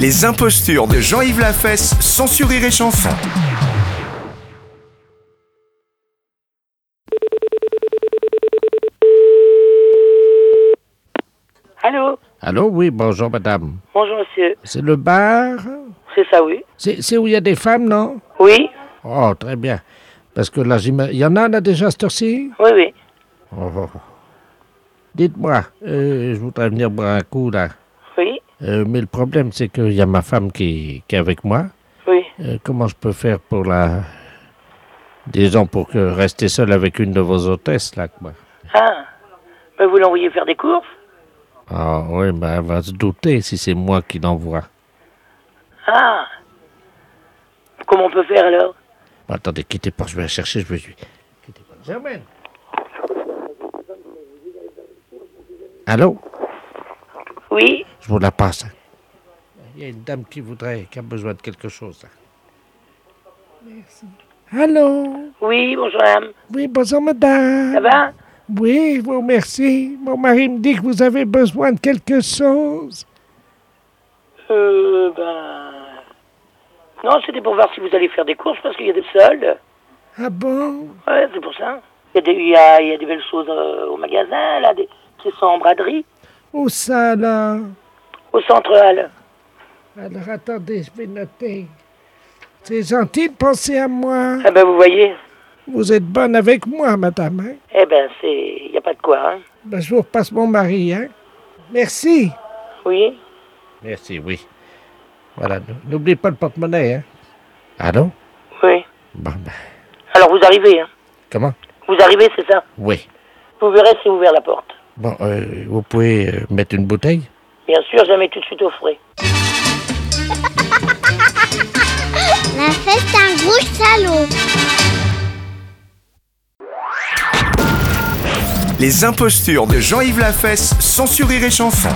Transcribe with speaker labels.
Speaker 1: Les impostures de Jean-Yves Lafesse, sans sourire et chanson.
Speaker 2: Allô
Speaker 3: Allô, oui, bonjour, madame.
Speaker 2: Bonjour, monsieur.
Speaker 3: C'est le bar
Speaker 2: C'est ça, oui
Speaker 3: C'est c'est où il y a des femmes, non
Speaker 2: Oui
Speaker 3: Oh, très bien. Parce que là, j'ima- il y en a là déjà à cette heure-ci
Speaker 2: Oui, oui.
Speaker 3: Oh, oh, oh. Dites-moi, euh, je voudrais venir boire un coup, là.
Speaker 2: Oui
Speaker 3: Euh, mais le problème, c'est qu'il y a ma femme qui, qui est avec moi.
Speaker 2: Oui.
Speaker 3: Euh, comment je peux faire pour la... Disons, pour que rester seul avec une de vos hôtesses, là, quoi.
Speaker 2: Ah Mais vous l'envoyez faire des courses
Speaker 3: Ah oui, ben, elle va se douter si c'est moi qui l'envoie.
Speaker 2: Ah Comment on peut faire alors
Speaker 3: Attendez, quittez pas, je vais la chercher, je vais... je vais- Quittez pas. Germaine Allô
Speaker 2: Oui
Speaker 3: Je vous la passe. hein. Il y a une dame qui voudrait, qui a besoin de quelque chose. hein. là. Allô
Speaker 2: Oui, bonjour, madame.
Speaker 3: Oui, bonjour
Speaker 2: Ça
Speaker 3: madame.
Speaker 2: va
Speaker 3: Oui, je vous remercie. Mon mari me dit que vous avez besoin de quelque chose.
Speaker 2: Euh, ben... Non, c'était pour voir si vous allez faire des courses, parce qu'il y a des soldes.
Speaker 3: Ah bon
Speaker 2: Ouais, c'est pour ça. Il y a des, il y a, il y a des belles choses euh, au magasin, là, des pièces en braderie,
Speaker 3: Où ça là
Speaker 2: au centre Halle.
Speaker 3: Alors attendez, je vais noter. C'est gentil de penser à moi.
Speaker 2: Ah ben, vous voyez
Speaker 3: Vous êtes bonne avec moi, madame. hein?
Speaker 2: Eh ben, c'est... Il n'y a pas de quoi, hein
Speaker 3: Ben, je vous repasse mon mari. Hein? Merci.
Speaker 2: Oui
Speaker 3: Merci, oui. Voilà, n- n'oubliez pas le porte-monnaie. Hein? Allô?
Speaker 2: Oui.
Speaker 3: Bon, ben,
Speaker 2: Alors, vous arrivez, hein
Speaker 3: comment?
Speaker 2: Vous arrivez, c'est ça
Speaker 3: Oui.
Speaker 2: Vous verrez si ouvert la porte.
Speaker 3: Bon, euh, vous pouvez euh, mettre une bouteille?
Speaker 2: Bien sûr, jamais tout de suite au frais.
Speaker 4: La fête c'est un gros salaud.
Speaker 1: Les impostures de Jean-Yves Lafesse, sans sourire et chanson.